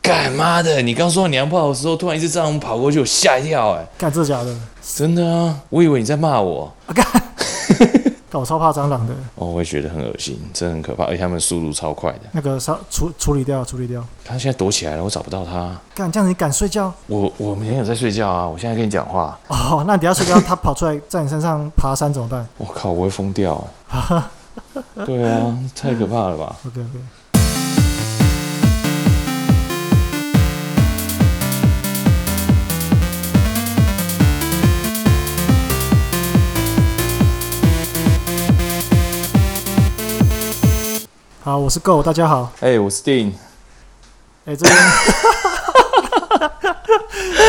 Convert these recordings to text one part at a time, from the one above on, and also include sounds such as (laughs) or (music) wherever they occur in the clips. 干妈的，你刚说你要泡的时候，突然一只蟑螂跑过去，我吓一跳、哎，干这假的，啊真的啊，我以为你在骂我，干我超怕蟑螂的，哦，我也觉得很恶心，真的很可怕，而且他们速度超快的。那个杀处处理掉，处理掉。他现在躲起来了，我找不到他。干这样子你敢睡觉？我我没有在睡觉啊，我现在跟你讲话。哦，那你等一下睡觉，它跑出来在你身上爬山怎么办我靠，我会疯掉、 (laughs) 啊。对啊，太可怕了吧？ ？OK OK，好，我是 Go，大家好。哎、我是 Dean，哎、这边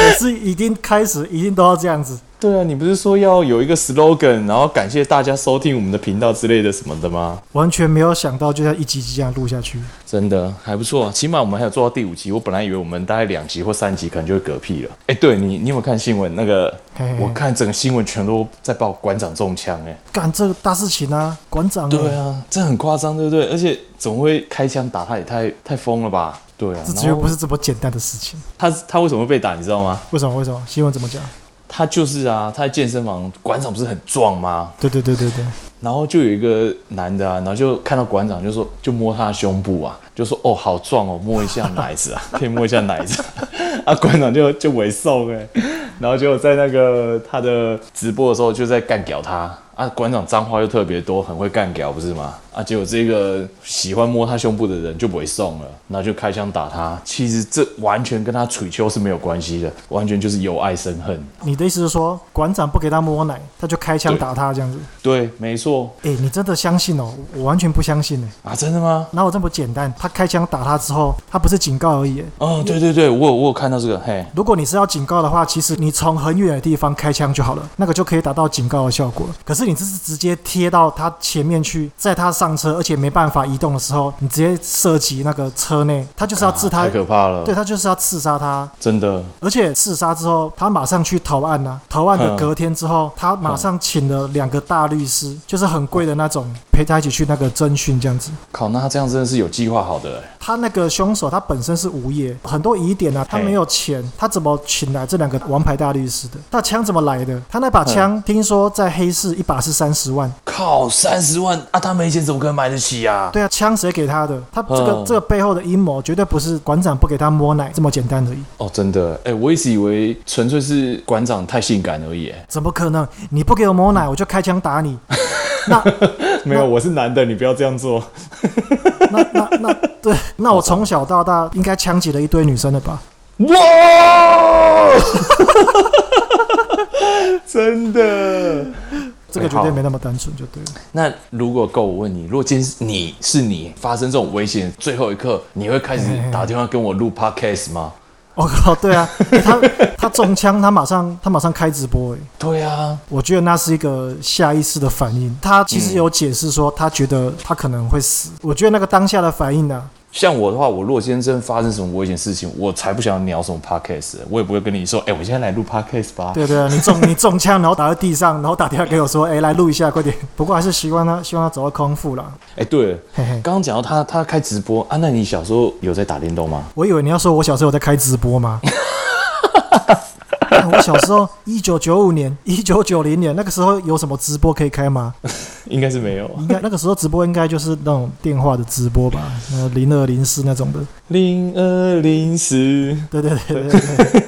每次一定开始，一定都要这样子。对啊，你不是说要有一个 slogan，然后感谢大家收听我们的频道之类的什么的吗？完全没有想到，就像一集集这样录下去。真的还不错，起码我们还有做到第五集。我本来以为我们大概两集或三集可能就会嗝屁了。哎、对你，你有没有看新闻？那个嘿嘿我看整个新闻全都在报馆长中枪、哎，干这个大事情啊，馆长、欸。对啊，这很夸张，对不对？而且怎么会开枪打他？也太太疯了吧？对啊这，绝对然后不是这么简单的事情。他他为什么会被打？你知道吗？为什么？为什么？新闻怎么讲？他就是啊，他在健身房，馆长不是很壮吗？对对对对对，然后就有一个男的啊，然后就看到馆长就说，就摸他的胸部啊，就说哦好壮哦，摸一下奶子啊，可以摸一下奶子 (laughs) 啊。啊，馆长就就猥送哎，然后结果在那个他的直播的时候就在干屌他啊，馆长脏话又特别多，很会干屌不是吗？啊，结果这个喜欢摸他胸部的人就猥送了，然后就开枪打他。其实这完全跟他处秋是没有关系的，完全就是由爱生恨。你的意思是说，馆长不给他摸奶，他就开枪对打他这样子？对，没错哎、你真的相信哦？我完全不相信呢、啊，真的吗？哪有这么简单？他开枪打他之后，他不是警告而已欸、哦，对对对，我有我有看到这个，嘿。如果你是要警告的话，其实你从很远的地方开枪就好了，那个就可以达到警告的效果。可是你这是直接贴到他前面去，在他上车而且没办法移动的时候，你直接射击那个车内，他就是要刺他，啊太可怕了，对他就是要刺杀他。真的而且刺杀之后，他马上去投案呐、投案的嗯隔天之后，他马上请了两个大律师，就是很贵的那种，陪他一起去那个侦讯这样子。靠，那他这样真的是有计划好的、欸，他那个凶手他本身是无业，很多疑点啊，他嘿没有钱，他怎么请来这两个王牌大律师的？那枪怎么来的？他那把枪听说在黑市一把是三十万，靠，三十万啊，他没钱怎么可能买得起啊？对啊，枪谁给他的？他这个嗯这个背后的阴谋绝对不是馆长不给他摸奶这么简单而已，哦，真的，哎、我一直以为纯粹是馆长太性感而已、欸，怎么可能？你不给我摸奶，我就开枪打你。那 (laughs) 没有，我是男的，你不要这样做。那那那对，那我从小到大应该枪击了一堆女生了吧？哇， (laughs) 真的。这个绝对没那么单纯，就对了。那如果够，我问你，如果今天是你是你发生这种危险最后一刻，你会开始打电话跟我录 podcast 吗？我、靠， (laughs) 对啊，他他中枪，他马上他马上开直播、欸，对啊，我觉得那是一个下意识的反应。他其实有解释说，他觉得他可能会死。我觉得那个当下的反应啊呢、像我的话，我如果今天真的发生什么危险事情，我才不想鸟什么 podcast，的我也不会跟你说，哎、我现在来录 podcast 吧。对对啊，你中你中枪，然后打在地上，然后打电话给我说，哎，来录一下，快点。不过还是希望他希望他走到康复啦。 (laughs) 哎、对了，嘿嘿，刚刚讲到他他开直播啊，那你小时候有在打电动吗？我以为你要说我小时候有在开直播嘛。看我小时候，一九九五年、一九九零年，那个时候有什么直播可以开吗？应该是没有。应该那个时候直播应该就是那种电话的直播吧，呃，零二零四那种的。零二零四，对对对对对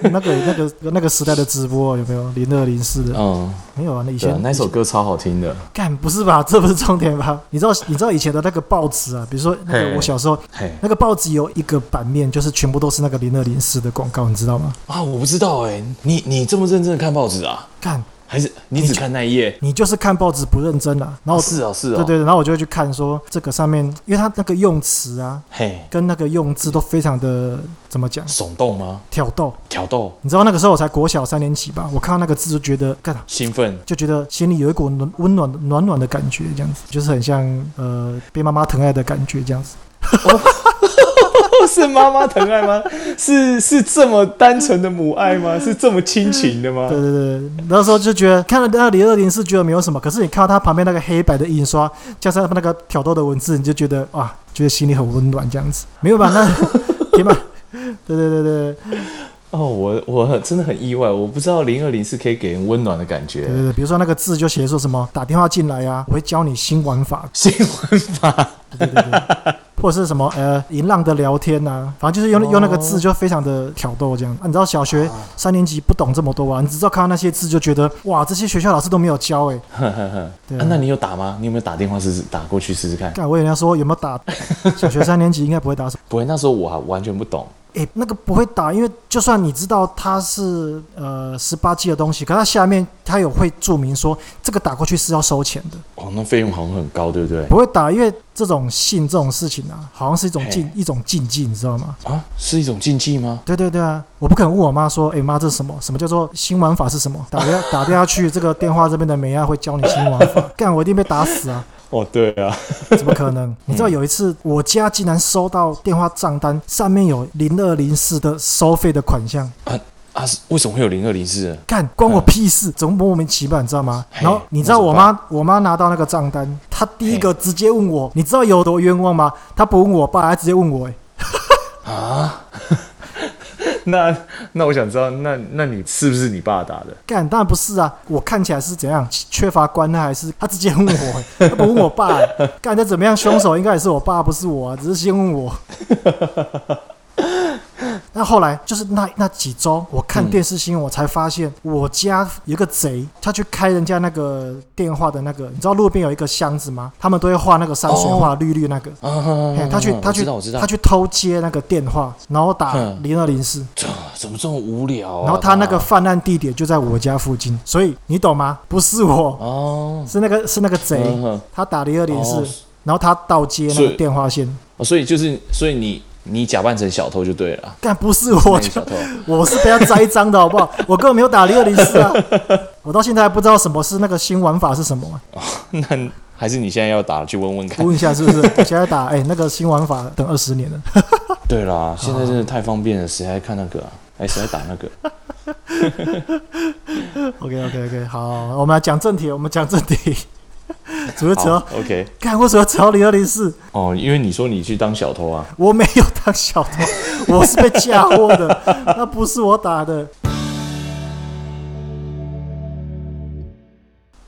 对，那个那个那个时代的直播有没有零二零四的？嗯，没有啊，那以对啊前，那首歌超好听的。干不是吧？这不是重点吧？你知道你知道以前的那个报纸啊，比如说那嘿个我小时候嘿，那个报纸有一个版面，就是全部都是那个零二零四的广告，你知道吗？啊，我不知道哎、你你这么认真的看报纸啊？干，还是你只看那一页？你就是看报纸不认真啊。然后、是啊，是啊。对对，然后我就会去看说这个上面，因为它那个用词啊。嘿，跟那个用字都非常的怎么讲耸动吗？挑逗，挑逗、你知道那个时候我才国小三年级吧，我看到那个字就觉得干兴奋，就觉得心里有一股暖温暖的暖暖的感觉，这样子就是很像呃被妈妈疼爱的感觉，这样子。不 (laughs) 是妈妈疼爱吗？是是这么单纯的母爱吗？是这么亲情的吗对对对，对那时候就觉得看了那零二零是觉得没有什么，可是你看到它旁边那个黑白的印刷，加上那个挑逗的文字，你就觉得哇，觉得心里很温暖这样子。没有吧？那铁马 (laughs) 对对对对对哦，我我很真的很意外，我不知道零二零是可以给人温暖的感觉。对对，比如说那个字就写说什么打电话进来呀、我会教你新玩法，新玩法，对对对，或者是什么呃淫浪的聊天呐、反正就是哦用、用那个字就非常的挑逗这样。啊、你知道小学三年级不懂这么多啊，你只知道看到那些字就觉得哇，这些学校老师都没有教 (laughs) 哎、对啊，那你有打吗？你有没有打电话试试打过去试试看？干，我以为人家说有没有打 (laughs) 小学三年级应该不会打什么。不会，那时候我还完全不懂。哎、那个不会打，因为就算你知道它是呃十八 G 的东西，可它下面它有会注明说这个打过去是要收钱的。哦，那费用好像很高，对不对？不会打，因为这种性这种事情啊，好像是一种禁嘿一种禁忌，你知道吗？啊，是一种禁忌吗？对对对啊！我不可能问我妈说：“哎、妈，这是什么？什么叫做新玩法是什么？”打电 (laughs) 打电话去这个电话这边的美亚会教你新玩法， (laughs) 干我一定被打死啊！哦，对啊，怎么 (laughs) 可能？你知道有一次我家竟然收到电话账单，上面有零二零四的收费的款项，啊啊，是为什么会有零二零四？干关我屁事，怎么莫名其妙，你知道吗？嗯嘿然后你知道那怎我么妈，我妈拿到那个账单，她第一个直接问我，你知道有多冤枉吗？她不问我爸，她直接问我、哎，那那我想知道，那那你是不是你爸打的？干，当然不是啊！我看起来是怎样缺乏关爱，还是他直接问我、 (laughs) 欸，他不问我爸、欸？干，这怎么样？凶手应该也是我爸，不是我啊，只是先问我。 (laughs) 那后来就是那那几周，我看电视新闻，我才发现我家有一个贼，他去开人家那个电话的那个，你知道路边有一个箱子吗？他们都会画那个山水哦画、绿绿那个。啊嘿，他去他我去知道我知道他，去偷接那个电话，然后打嗯零二零四。啊怎么这么无聊啊？然后他那个爸犯案地点就在我家附近，所以你懂吗？不是我，哦 (laughs) 是那个是那个贼嗯哼，他打零二零四哦，然后他盗接那所个以电话线，哦，所以就是所以你你假扮成小偷就对了啊，但不是我那个，小偷。 (laughs) (laughs) 我是被他栽赃的好不好？我根本没有打零二零四啊，我到现在还不知道什么是那个新玩法是什么啊，那还是你现在要打去问问看？问一下是不是？我现在打哎那个新玩法等二十年了，对啦，现在真的太方便了，谁还看那个啊？哎，谁还打 (laughs) 那个？ OK OK OK，好，我们来讲正题，我们讲正题， (laughs) 主要只要好，OK。看为什么只要零二零四？哦，因为你说你去当小偷啊。我没有当小偷， (laughs) 我是被嫁祸的，那不是我打的。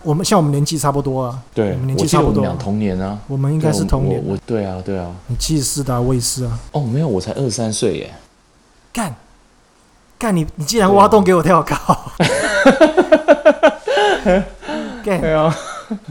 我们像我们年纪差不多啊，对，我们年纪我记差得不我们多俩啊，同年啊。我们应该是同年对。我我对啊，对啊。你七十四的啊、我也是啊。哦，没有，我才二十三岁耶。干，干你你竟啊然挖洞给我跳，靠！ (laughs) 干，啊。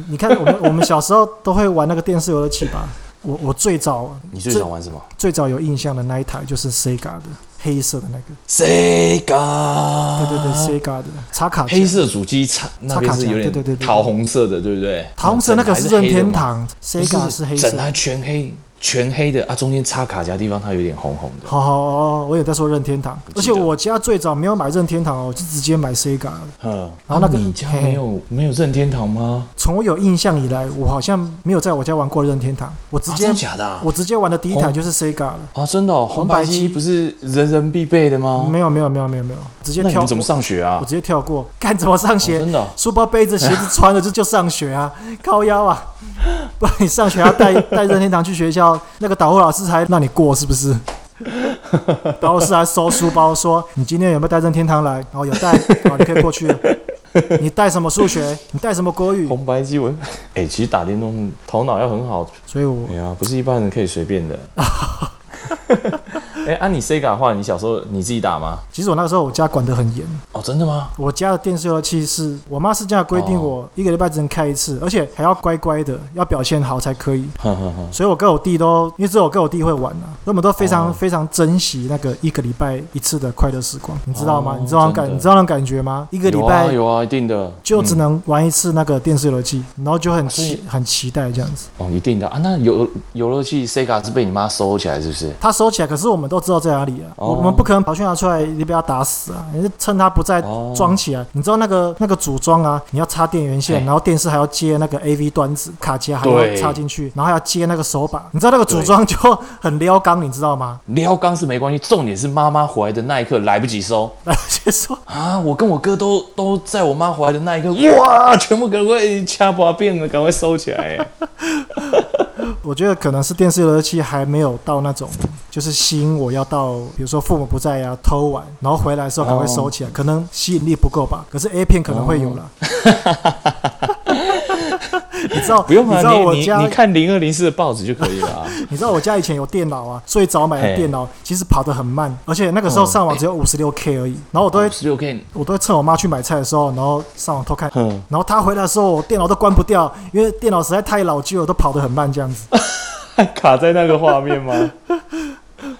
你看我们我们小时候都会玩那个电视游乐器吧？我我最早 (laughs) 你最想玩什么最早有印象的那一台就是 Sega 的黑色的那个， ？Sega。对对对、s e g a 的插卡夹哦黑色主机插那边是有插卡夹对对对点对桃红色的，对不对？桃红色那个是整任台黑的天嘛，堂，Sega 不是黑色哦整。台全黑，全黑的啊，中间插卡夹地方它有点红红的。好好哦，我也在说任天堂，而记且得我家最早没有买任天堂哦，我就直接买 Sega 了。嗯，然后那个啊你家没有没有任天堂吗？从我有印象以来，我好像没有在我家玩过任天堂，我直啊接、真的假的啊？我直接玩的第一台红就是 Sega 了。啊，真的、哦，红白白机机不是人人必备的吗？没有没有没有没有没有，直接那你跳们怎么上学我啊？直接跳过， (laughs) 干怎么上学？哦真的哦书包背着，鞋子穿着就就上学啊， (laughs) 高腰啊， (laughs) 不然你上学要带 (laughs) 带任天堂去学校，那个导护老师才让你过是不是？ (laughs) 导护老师还收书包说你今天有没有带任天堂来？然后有带， (laughs) 好，你可以过去了。你带什么数学？你带什么国语？红白机我， (laughs) 哎、其实打电动头脑要很好，所以我哎呀，不是一般人可以随 (laughs) 便的。哎、按、你 Sega 的话，你小时候你自己打吗？其实我那个时候我家管得很严，哦，真的 (laughs) 吗？我家的电视游乐器是我妈是这样规定哦我一个礼拜只能开一次，而且还要乖乖的，要表现好才可以。哼哼哼，所以我跟我弟都，因为只有我跟我弟会玩啊，所以我们都非常、哦非常珍惜那个一个礼拜一次的快乐时光，你知道吗？哦你知道那种真感，的你知道那种感觉吗？一个礼有啊拜有啊，一定的，就只嗯、能玩一次那个电视游乐器，然后就很所以期很期待这样子。哦，一定的啊。那游游乐器 Sega 是被你妈收起来是不是？他收起来，可是我们都知道在哪里啊，哦我们不可能跑去拿出来，你被他打死啊！你是趁他不在哦装起来，你知道那个那个组装啊，你要插电源线，嘿然后电视还要接那个 AV 端子，卡夹还要对插进去，然后还要接那个手把，你知道那个组装就很撩缸，你知道吗？ (laughs) 撩缸是没关系，重点是妈妈回来的那一刻来不及收来，先说。啊！我跟我哥都都在我妈回来的那一 (laughs) 刻，哇，全部赶快掐把变了，赶快 (laughs) 收起来。哎我觉得可能是电视游乐器还没有到那种就是吸引我要到，比如说父母不在呀、啊偷玩，然后回来的时候赶快收起来，可能吸引力不够吧。可是 A 片可能会 (laughs) 有啦。你知道，不用你啊，知道你我你家你看零二零四的报纸就可以了 (laughs) 啊。你知道我家以前有电脑啊，最早买的嘿电脑其实跑得很慢，而且那个时候哦上网只有五十六 K 而已。然后我都会，十六 K，我都会趁我妈去买菜的时候，然后上网偷看。嗯，然后她回来的时候，我电脑都关不掉，因为电脑实在太老旧了，都跑得很慢这样子。卡在那个画面吗？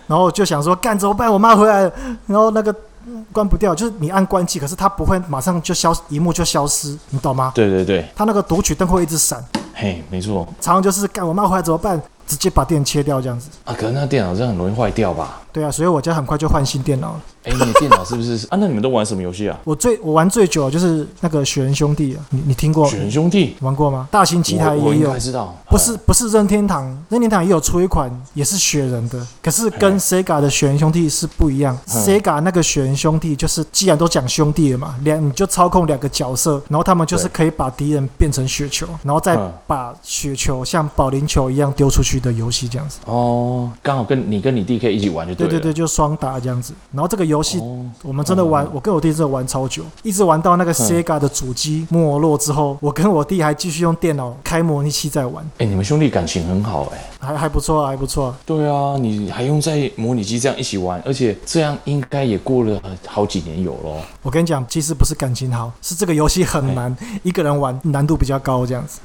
然后就想说，干怎么办？我妈回来了，然后那个嗯关不掉，就是你按关机，可是它不会马上就消，荧幕就消失，你懂吗？ (laughs) 对对对，它那个读取灯会一直闪，嘿，没错常常就是干我妈回来怎么办？直接把电切掉这样子。啊。可是那电脑真的很容易坏掉吧？对啊，所以我家很快就换新电脑了。哎、你的电脑是不是 (laughs) 啊？那你们都玩什么游戏啊？我最我玩最久的就是那个雪人兄弟啊，你你听过雪人兄弟，玩过吗？大型机我台我应也有该，知道，不是不是任天堂，任天堂也有出一款也是雪人的，可是跟 Sega 的雪人兄弟是不一样。嗯 Sega 那个雪人兄弟就是既然都讲兄弟了嘛，两你就操控两个角色，然后他们就是对可以把敌人变成雪球，然后再嗯把雪球像保龄球一样丢出去的游戏这样子。哦，刚好跟你跟你弟可以一起玩就对了。对对，就双打这样子。然后这个游戏哦，我们真的玩，我跟我弟真的玩超久，一直玩到那个 Sega 的主机没落之后，我跟我弟还继续用电脑开模拟器在玩，哎、你们兄弟感情很好哎、还还不错啊，还不错啊。对啊，你还用在模拟机这样一起玩，而且这样应该也过了好几年有咯。我跟你讲，其实不是感情好，是这个游戏很难，一个人玩难度比较高这样子。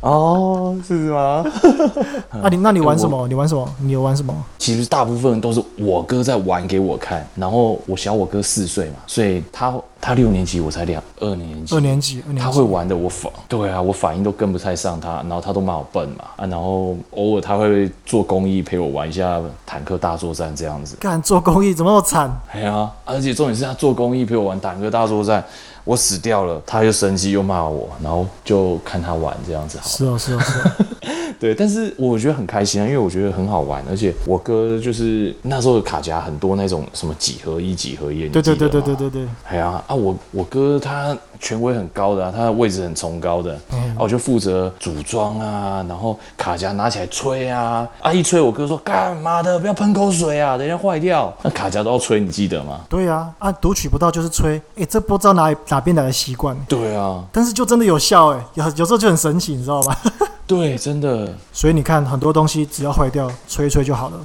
哦，是吗？那、啊你那你玩什么？你玩什么？你有玩什么？其实大部分都是我哥在玩给我看，然后我小我哥四岁嘛，所以他他六年级，我才两二年级二。年级，二年他级。会玩的，我反对啊，我反应都跟不太上他，然后他都骂我笨嘛啊，然后偶尔他会做公益陪我玩一下坦克大作战这样子，干做公益怎么那么惨？哎呀，而且重点是他做公益陪我玩坦克大作战，我死掉了，他又生气又骂我，然后就看他玩这样子好了是哦，是哦，是哦。对，但是我觉得很开心啊，因为我觉得很好玩，而且我哥就是那时候的卡夹很多那种什么几合一、几合一，你 (laughs) 对对记得对对吗对对对。哎呀啊，我我哥他权威很高的、啊，他的位置很崇高的，嗯啊，我就负责组装啊，然后卡夹拿起来吹啊，啊一吹，我哥说干嘛的，不要喷口水啊，等一下坏掉。那卡夹都要吹，你记得吗？对啊，啊，读取不到就是吹，哎，这不知道哪哪边来的习惯，对啊，但是就真的有效哎，有有时候就很神奇，你知道吧？ (laughs) 对，真的，所以你看，很多东西只要坏掉，吹一吹就好 (laughs) 了。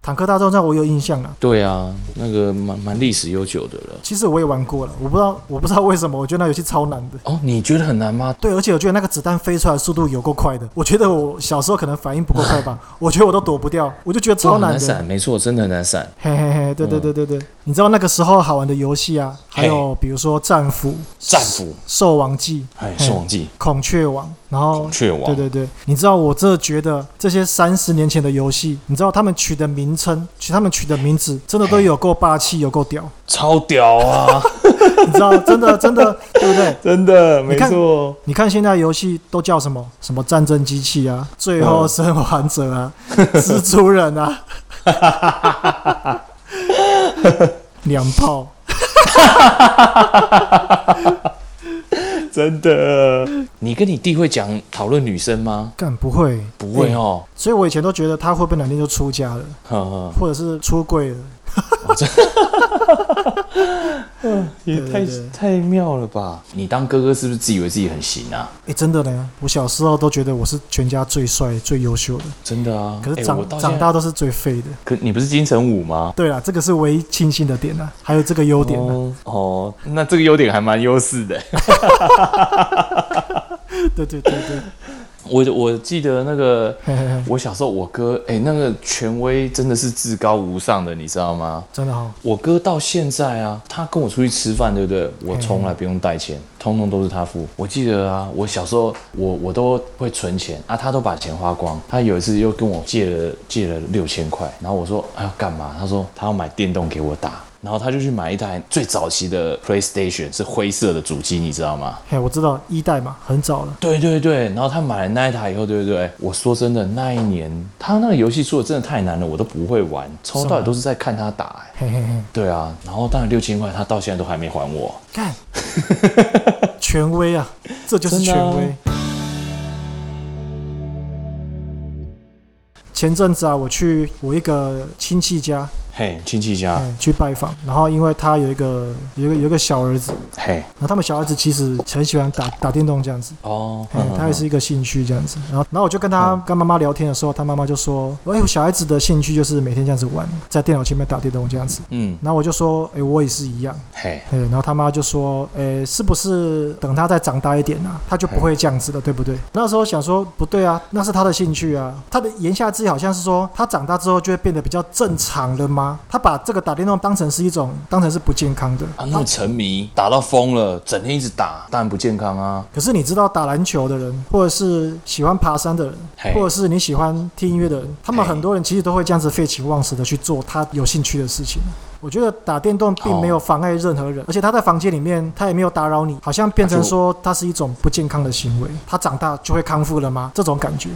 坦克大作战我有印象了，对啊，那个蛮蛮历史悠久的了。其实我也玩过了，我不知道我不知道为什么，我觉得那游戏超难的。哦，你觉得很难吗？对，而且我觉得那个子弹飞出来的速度有够快的，我觉得我小时候可能反应不够快 (laughs) 吧，我觉得我都躲不掉，我就觉得超很难难的闪，。嗯没错，真的很难闪。嘿嘿嘿，对对对对对，你知道那个时候好玩的游戏啊，还有比如说战斧、战斧，兽王记、哎，嘿宋王记，孔雀王，然后孔雀王，对对对，你知道我真的觉得这些三十年前的游戏，你知道他们取的名称，取他们取的名字，真的都有够霸气，有够屌，超屌啊！你知道，真的 (laughs) 真的，对不对？真的，没看错，你看现在游戏都叫什么？什么战争机器啊，最后哦生还者啊， (laughs) 蜘蛛人啊， (laughs) 两炮。真的。你跟你弟会讲讨论女生吗？干不会，不会哦，所以我以前都觉得他会不会哪天就出家了，呵呵，或者是出柜了。也对太对太妙了吧！你当哥哥是不是自以为自己很行啊？诶，真的呢，我小时候都觉得我是全家最帅、最优秀的。真的啊，可是哎长、我到现长在，大都是最废的。可你不是金城武吗？对啦，这个是唯一庆幸的点啊，还有这个优点啊。哦哦，那这个优点还蛮优势的。对对对对，我我记得那个 (laughs) 嘿嘿嘿，我小时候，我哥哎、那个权威真的是至高无上的，你知道吗？真的哦，我哥到现在啊，他跟我出去吃饭，对不对？我从来不用带钱，通通都是他付。我记得啊，我小时候我我都会存钱啊，他都把钱花光。他有一次又跟我借了借了六千块，然后我说哎要干嘛？他说他要买电动给我打。然后他就去买一台最早期的 PlayStation，是灰色的主机，你知道吗？嘿，我知道一代嘛，很早了。对对对，然后他买了那一台以后，对不对？我说真的，那一年他那个游戏出的真的太难了，我都不会玩，从头到尾都是在看他打、哎嘿嘿嘿，对啊，然后当然六千块，他到现在都还没还我。 (laughs) 看，权威啊啊，这就是真的权啊威。前阵子啊，我去我一个亲戚家，嘿，亲戚家，哎，去拜访，然后因为他有一个有一个有一个小儿子，嘿，然后他们小儿子其实很喜欢打打电动这样子。哦，哎嗯，他也是一个兴趣这样子，然后，然后我就跟他跟妈妈聊天的时候，他妈妈就说：“哎，我小孩子的兴趣就是每天这样子玩，在电脑前面打电动这样子。嗯”，然后我就说：“哎，我也是一样。”嘿，哎，然后他妈就说：“哎，是不是等他再长大一点啊，他就不会这样子了，对不对？”那时候想说不对啊，那是他的兴趣啊。他的言下之意好像是说，他长大之后就会变得比较正常了吗？他把这个打电动当成是一种，当成是不健康的。啊，那么沉迷，打到疯了，整天一直打，当然不健康啊。可是你知道打篮球的人，或者是喜欢爬山的人，嘿或者是你喜欢听音乐的人，他们嘿很多人其实都会这样子废寝忘食的去做他有兴趣的事情。我觉得打电动并没有妨碍任何人，而且他在房间里面，他也没有打扰你，好像变成说他是一种不健康的行为。他长大就会康复了吗？这种感觉。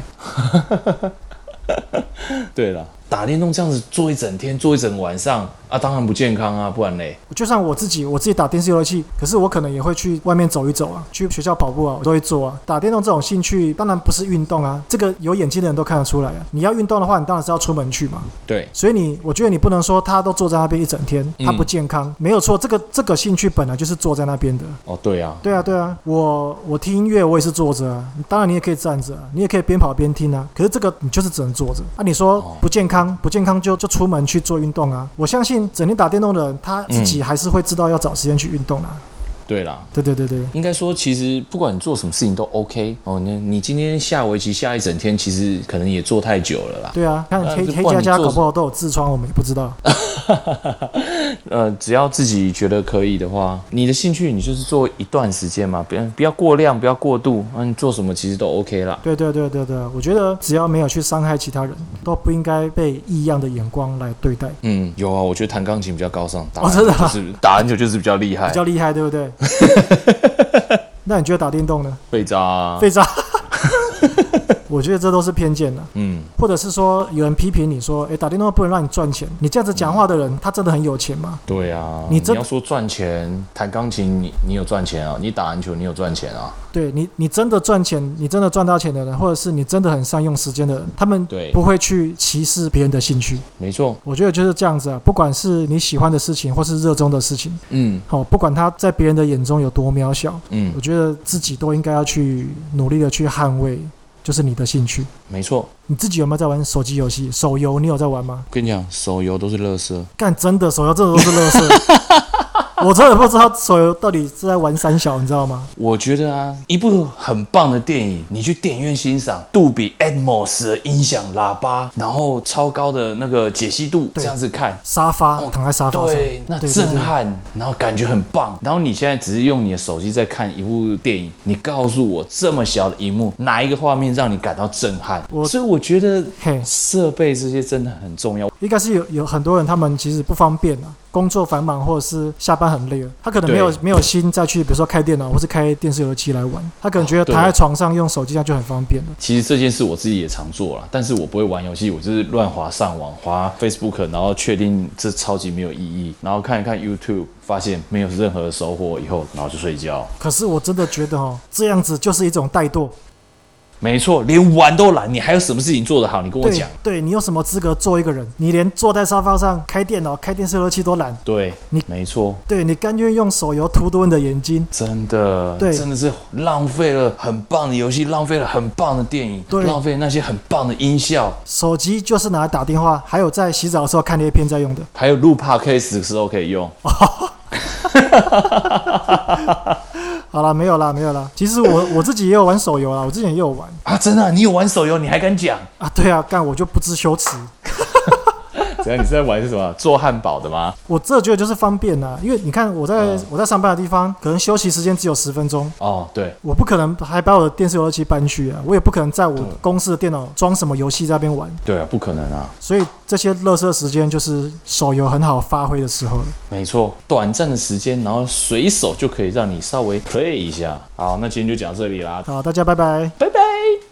对了，打电动这样子做一整天，做一整晚上啊，当然不健康啊，不然嘞，就算我自己，我自己打电视游乐器，可是我可能也会去外面走一走啊，去学校跑步啊，我都会做啊。打电动这种兴趣，当然不是运动啊，这个有眼睛的人都看得出来啊。你要运动的话，你当然是要出门去嘛。对，所以你，我觉得你不能说他都坐在那边一整天，嗯他不健康，没有错。这个这个兴趣本来就是坐在那边的。哦，对啊，对啊，对啊，我我听音乐，我也是坐着啊。当然你也可以站着、啊，你也可以边跑边听啊。可是这个你就是只能坐着。啊，你说哦不健康，不健康就就出门去做运动啊。我相信整天打电动的人，他自嗯己还是会知道要找时间去运动啦、啊对啦。对对对对，应该说，其实不管你做什么事情都 OK 哦。你你今天下围棋下一整天，其实可能也做太久了啦。对啊。看那黑就黑不然你佳佳坐搞不好都有痔疮，我们也不知道。呃，只要自己觉得可以的话，你的兴趣你就是做一段时间嘛，不要不要过量，不要过度，嗯、你做什么其实都 OK 啦。对对对对对，我觉得只要没有去伤害其他人，都不应该被异样的眼光来对待。嗯，有啊，我觉得弹钢琴比较高尚，打哦篮球真的就啊是、打篮球就是比较厉害比，较厉害，对 (laughs) 不对？那你觉得打电动呢？被渣、啊。废渣。 (laughs) 我觉得这都是偏见了，嗯，或者是说有人批评你说，哎诶，打电动不能让你赚钱，你这样子讲话的人，他真的很有钱吗？对啊，你你真要说赚钱，弹钢琴你你有赚钱啊，你打篮球你有赚钱啊，对你，你真的赚钱，你真的赚到钱的人，或者是你真的很善用时间的人，他们对不会去歧视别人的兴趣。没错，我觉得就是这样子啊，不管是你喜欢的事情，或是热衷的事情，嗯好、不管他在别人的眼中有多渺小，嗯我，觉得自己都应该要去努力的去捍卫，就是你的兴趣。没错。你自己有没有在玩手机游戏？手游你有在玩吗？我跟你讲，手游都是乐色，干，真的手游这种都是乐色。我真的不知道手游到底是在玩三小，你知道吗？我觉得啊，一部很棒的电影，你去电影院欣赏，杜比 Atmos 的音响喇叭，然后超高的那个解析度，这样子看，沙发躺在沙发上，哦对，那震撼，然后感觉很棒。然后你现在只是用你的手机在看一部电影，你告诉我这么小的荧幕，哪一个画面让你感到震撼？我所以我觉得嘿设备这些真的很重要。应该是有有很多人他们其实不方便啊，工作繁忙或者是下班很累了，他可能没有对没有心再去比如说开电脑或是开电视游戏来玩，他可能觉得对躺在床上用手机这样就很方便了。其实这件事我自己也常做啦，但是我不会玩游戏，我就是乱滑上网，滑 Facebook，然后确定这超级没有意义，然后看一看 YouTube，发现没有任何的收获以后，然后就睡觉。可是我真的觉得哦，这样子就是一种怠惰。没错，连玩都懒，你还有什么事情做得好？你跟我对讲。对，你有什么资格做一个人？你连坐在沙发上开电脑、开电视游戏都懒。对，你没错，对你甘愿用手游荼毒你的眼睛，真的，对真的是浪费了很棒的游戏，浪费了很棒的电影，对浪费那些很棒的音效，手机就是拿来打电话，还有在洗澡的时候看那些片在用的。还有录 podcast 的时候可以用。哦好啦，没有啦，没有啦。其实我我自己也有玩手游啦，我之前也有玩啊，真的啊、你有玩手游，你还敢 (laughs) 讲？啊。对啊，干我就不知羞耻，怎样？你是在玩是什么？做汉堡的吗？我这觉得就是方便啦。因为你看我在、嗯我在上班的地方，可能休息时间只有十分钟。哦，对，我不可能还把我的电视游乐器搬去啊！我也不可能在我公司的电脑装什么游戏在那边玩，对啊，不可能啊，所以这些乐色时间就是手游很好发挥的时候了。没错，短暂的时间，然后随手就可以让你稍微 play 一下。好，那今天就讲到这里啦，好，大家拜拜。拜拜。